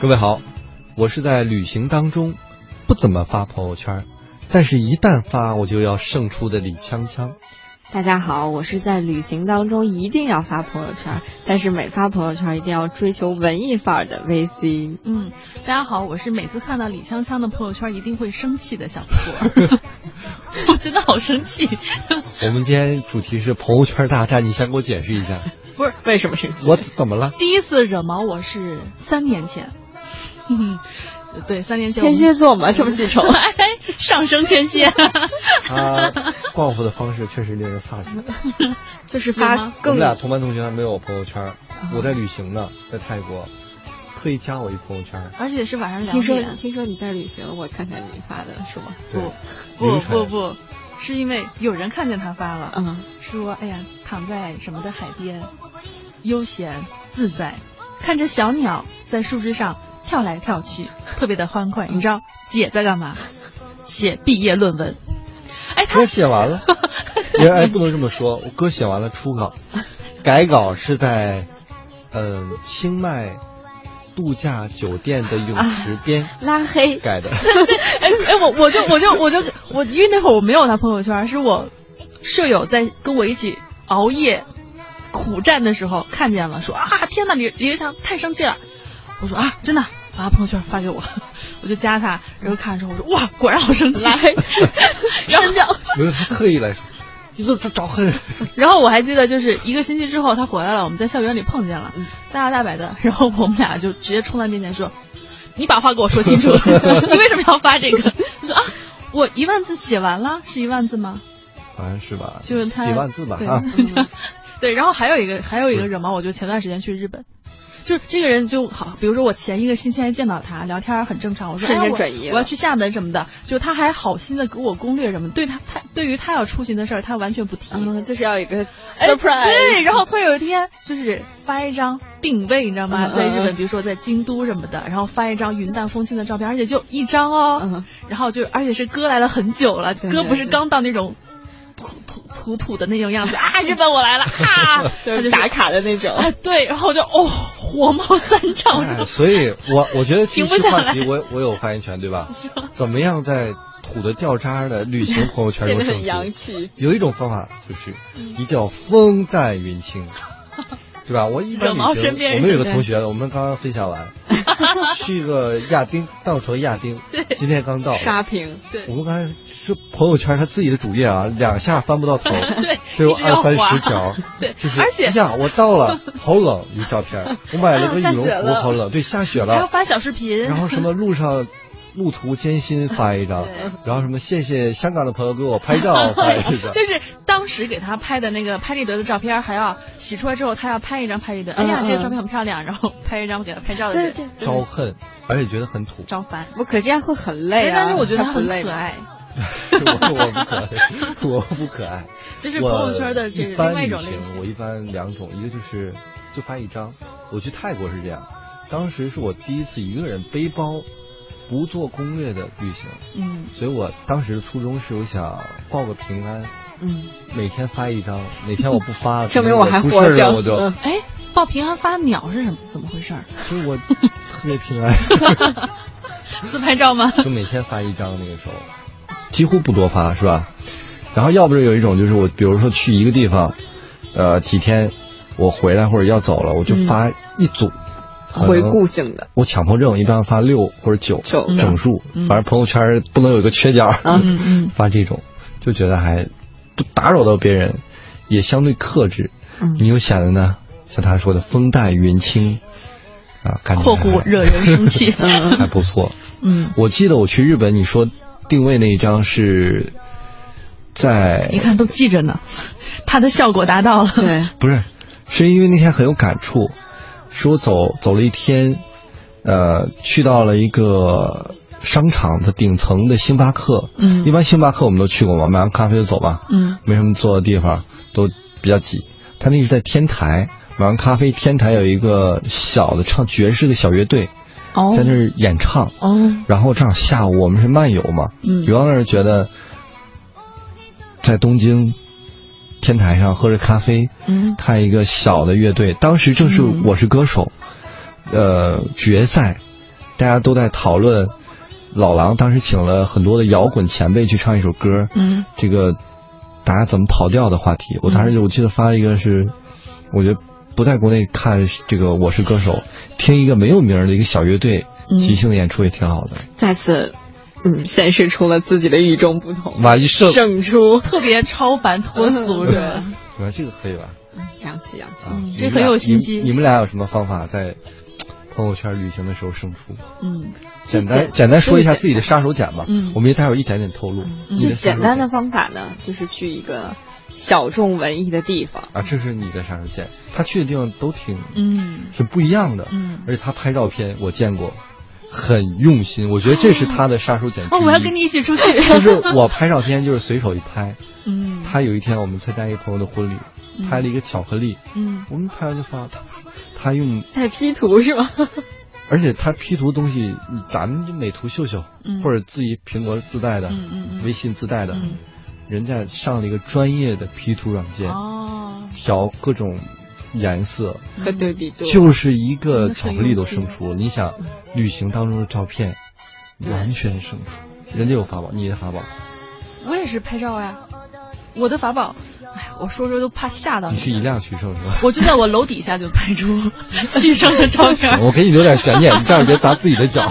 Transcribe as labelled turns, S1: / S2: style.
S1: 各位好，我是在旅行当中不怎么发朋友圈，但是一旦发我就要胜出的李锵锵。
S2: 大家好，我是在旅行当中一定要发朋友圈，但是每发朋友圈一定要追求文艺范儿的 VC。
S3: 嗯，大家好，我是每次看到李锵锵的朋友圈一定会生气的小波儿， 我真的好生气。
S1: 我们今天主题是朋友圈大战，你先给我解释一下，
S3: 不是
S2: 为什么生气？
S1: 我怎么了？
S3: 第一次惹毛我是三年前， 嗯，对，三年前我
S2: 天
S3: 们。
S2: 蝎座嘛，这么记仇
S3: 哎， 上升天 蝎，
S1: 他啊报复的方式确实令人发指。
S2: 就是
S3: 有
S2: 发
S3: 吗
S1: 我们
S2: 更
S1: 俩同班同学还没有朋友圈，我在旅行呢，在泰国，特意加我一朋友圈。
S3: 而且是晚上两
S2: 听说
S3: 点。
S2: 听说你在旅行，我看看你发的是吗？
S1: 对
S3: 不，
S1: 凌
S3: 不不
S1: 晨
S3: 不，是因为有人看见他发了，
S2: 嗯，
S3: 说哎呀，躺在什么的海边，悠闲自在，看着小鸟在树枝上跳来跳 去，特别的欢快。你知道姐在干嘛？写毕业论文。哎，她
S1: 歌写完 了，也哎不能这么说，我歌写完了初稿，改稿是在，嗯、清迈度假酒店的泳
S3: 啊
S1: 池边
S2: 拉黑。
S1: 改 的。
S3: 哎哎，我我就我就我就我，因为那会儿我没有他朋友圈，是我舍友在跟我一起熬夜苦战的时候看见了，说啊天呐，李李瑞强太生气了。我说啊真的，把他朋友圈发给我， 我就加他，然后看的时候我说哇果 然好生气，删掉。
S1: 没有，他刻意来说，你怎么这找恨？
S3: 然后我还记得就是一个星期之后他回来了，我们在校园里碰见了，
S2: 嗯
S3: 大摇大摆的， 然后我们俩就直接冲他面前说：“ 你把话给我说 清楚， 你为什么要发这个？” 他说：“啊，我一万字写完了，是一万字吗？
S1: 好像是吧？
S3: 就是他
S1: 几万字吧
S3: 对
S1: 啊！
S3: 嗯对，然后还有一个还有一个惹毛我，就前段时间去日本。就是这个人就好，比如说我前一个星期还见到他聊天很正常，我说
S2: 瞬间
S3: 哎我
S2: 转移了
S3: 我要去厦门什么的，就他还好心的给我攻略什么，对他他对于他要出行的事儿，他完全不提。
S2: 嗯，就是要有一个
S3: 哎
S2: surprise。
S3: 对，然后突然有一天就是发一张定位，你知道吗？
S2: 嗯嗯
S3: 在日
S2: 嗯
S3: 本，比如说在京都什么的，然后发一张云淡风轻的照片，而且就一张哦，
S2: 嗯
S3: 然后就而且是哥来了很久了，
S2: 对
S3: 哥不是
S2: 对
S3: 刚到那种土土土土的那 种样子啊，日本我来了哈，他
S2: 就是
S3: 就
S2: 打卡的那种。
S3: 啊，对，然后我就哦火冒三丈， 我
S1: 哎，
S3: 说
S1: 所以我我觉得其
S3: 停不
S1: 实
S3: 下
S1: 话题
S3: 来
S1: 我我有发言权对吧？ 怎么样在土的掉渣的旅行朋友 圈
S2: 变
S1: 中
S2: 得
S1: 胜
S2: 很洋
S1: 出？
S2: 气，
S1: 有一种方法就是
S3: 嗯
S1: 一定要风淡云 轻，对吧？我一般
S3: 惹毛
S1: 旅
S3: 身
S1: 行
S3: 边，人
S1: 我们有个同学，我们刚刚分享 完，去个亚丁，到处亚丁，今天刚到。
S2: 刷屏。
S3: 对
S1: 我们刚才是朋友圈他自己的主页 啊，两下翻不到头，
S3: 对
S1: 都有
S3: 一直要
S1: 二三十
S3: 滑
S1: 条，
S3: 对
S1: 就是
S3: 而且
S1: 哎呀，我到 了，好冷，一照片，我买了个
S2: 啊
S1: 羽
S2: 下
S1: 绒
S2: 雪
S1: 服，
S2: 了
S1: 好冷，对，下雪
S3: 还要
S1: 了，
S3: 发小视频，
S1: 然后什么路上路途艰辛发一张，然后什么谢谢香港的朋友给我拍照发一张，
S3: 就是当时给他拍的那个拍立得的照片，还要洗出来之后，他要拍一张拍立得。哎呀，
S2: 嗯
S3: 这个照片很漂亮，然后拍一张给他拍照的
S2: 对
S3: 人
S2: 对，
S1: 招恨，而且觉得很土。
S3: 张帆。
S2: 我可这样会很累啊。
S3: 哎但是我觉得他
S2: 不
S3: 很
S2: 累
S3: 可
S2: 吗。
S3: 爱，
S1: 我我不可爱，我不可爱。
S3: 就是朋友圈的
S1: 我
S3: 这
S1: 一
S3: 另
S1: 般
S3: 外一
S1: 旅
S3: 种类
S1: 行，我
S3: 型。
S1: 一般两种，一个就是就发一张。我去泰国是这样，当时是我第一次一个人背包，不做攻略的旅行，
S3: 嗯，
S1: 所以我当时的初衷是我想报个平安，
S2: 嗯，
S1: 每天发一张，哪天我不发 了，
S2: 证明
S1: 可能
S2: 我
S1: 我
S2: 还
S1: 出
S2: 活
S1: 事儿
S2: 着
S1: 了，我就
S2: 嗯
S3: 哎，报平安发鸟是什么？怎么回事儿？
S1: 所以我特别平安，
S3: 自拍照吗？
S1: 就每天发一张，那个时候几乎不多发，是吧？然后要不是有一种就是我，比如说去一个地方，呃，几天我回来或者要走了，我就发一组。可能
S2: 回顾性的。
S1: 我强迫症一般发六或者九
S2: 九个
S1: 整数，
S3: 嗯
S1: 反正朋友圈不能有一个缺角儿，
S3: 嗯嗯
S1: 发这种就觉得还不打扰到别人，也相对克制。
S2: 嗯）。
S1: 你又显得呢，像他说的风淡云轻啊，感觉
S3: （括弧
S1: 还
S3: 惹人生气
S2: 嗯
S1: 还不错。
S3: 嗯，
S1: 我记得我去日本，你说定位那一张是在
S3: 你看都记着呢，它的效果达到了。
S2: 对，
S1: 不是，是因为那天很有感触，是我走走了一天，呃，去到了一个商场的顶层的星巴克。
S3: 嗯
S1: 一般星巴克我们都去过嘛，买完咖啡就走吧，
S3: 嗯
S1: 没什么坐的地方，都比较挤。他那是在天台，买完咖啡，天台有一个小的唱爵士的小乐队，
S3: 哦
S1: 在那儿演唱。
S3: 哦
S1: 然后正好下午我们是漫游嘛，
S3: 嗯
S1: 游到那儿觉得，在东京天台上喝着咖啡，
S3: 嗯
S1: 看一个小的乐队，当时正是《我是歌手》呃决赛，大家都在讨论老狼当时请了很多的摇滚前辈去唱一首歌，
S3: 嗯
S1: 这个大家怎么跑调的话题。我当时就我记得发了一个是，我觉得不在国内看这个《我是歌手》，听一个没有名儿的一个小乐队
S3: 嗯
S1: 即兴的演出也挺好的。
S2: 再次，嗯，显示出了自己的与众不同，
S1: 马一胜，
S2: 胜出，
S3: 特别超凡脱 俗的，
S2: 嗯
S1: 对吧？这个可以吧？
S2: 洋气洋气
S1: 啊，，
S3: 嗯
S1: 你
S3: 这
S1: 们
S3: 很
S1: 俩
S3: 有心
S1: 你
S3: 机
S1: 你们俩有什么方法在朋友圈旅行的时候胜出？
S3: 嗯
S1: 简单简单说一下
S2: 就是
S1: 自己的杀手锏吧。
S3: 嗯
S1: 我们待会儿一点点透露。你
S2: 最
S1: 的杀手
S2: 简单的
S1: 锏
S2: 方法呢，就是去一个小众文艺的地方，
S1: 啊，这是你的杀手锏。他去的地方都挺
S3: 嗯
S1: 是不一样的，
S3: 嗯。
S1: 而且他拍照片我见过，很用心。我觉得这是他的杀手锏之
S3: 哦，
S1: 一。
S3: 我要跟你一起出去。
S1: 就是我拍照片就是随手一拍。
S3: 嗯
S1: 他有一天我们参加一个朋友的婚礼，
S3: 嗯
S1: 拍了一个巧克力，
S3: 嗯
S1: 我们拍完就发他，他用
S2: 在 P 图是吗？
S1: 而且他 P 图东西，咱们就美图秀秀，
S3: 嗯
S1: 或者自己苹果自带的、
S3: 嗯嗯嗯
S1: 微信自带的，
S3: 嗯
S1: 人家上了一个专业的 P 图软件，
S3: 哦，
S1: 调各种颜色，
S2: 和对比度，
S1: 就是一
S3: 真
S1: 个
S3: 的是
S1: 巧克力都
S3: 用心
S1: 生出了。你想，旅行当中的照片，完全生出，人家有法宝，你的法宝，
S3: 我也是拍照呀。我的法宝，哎，我说说都怕吓到
S1: 你是
S3: 你。
S1: 以量取胜是吧？
S3: 我就在我楼底下就拍出 牺牲的照片儿。
S1: 我给你留点悬念，你待会儿别砸自己的脚。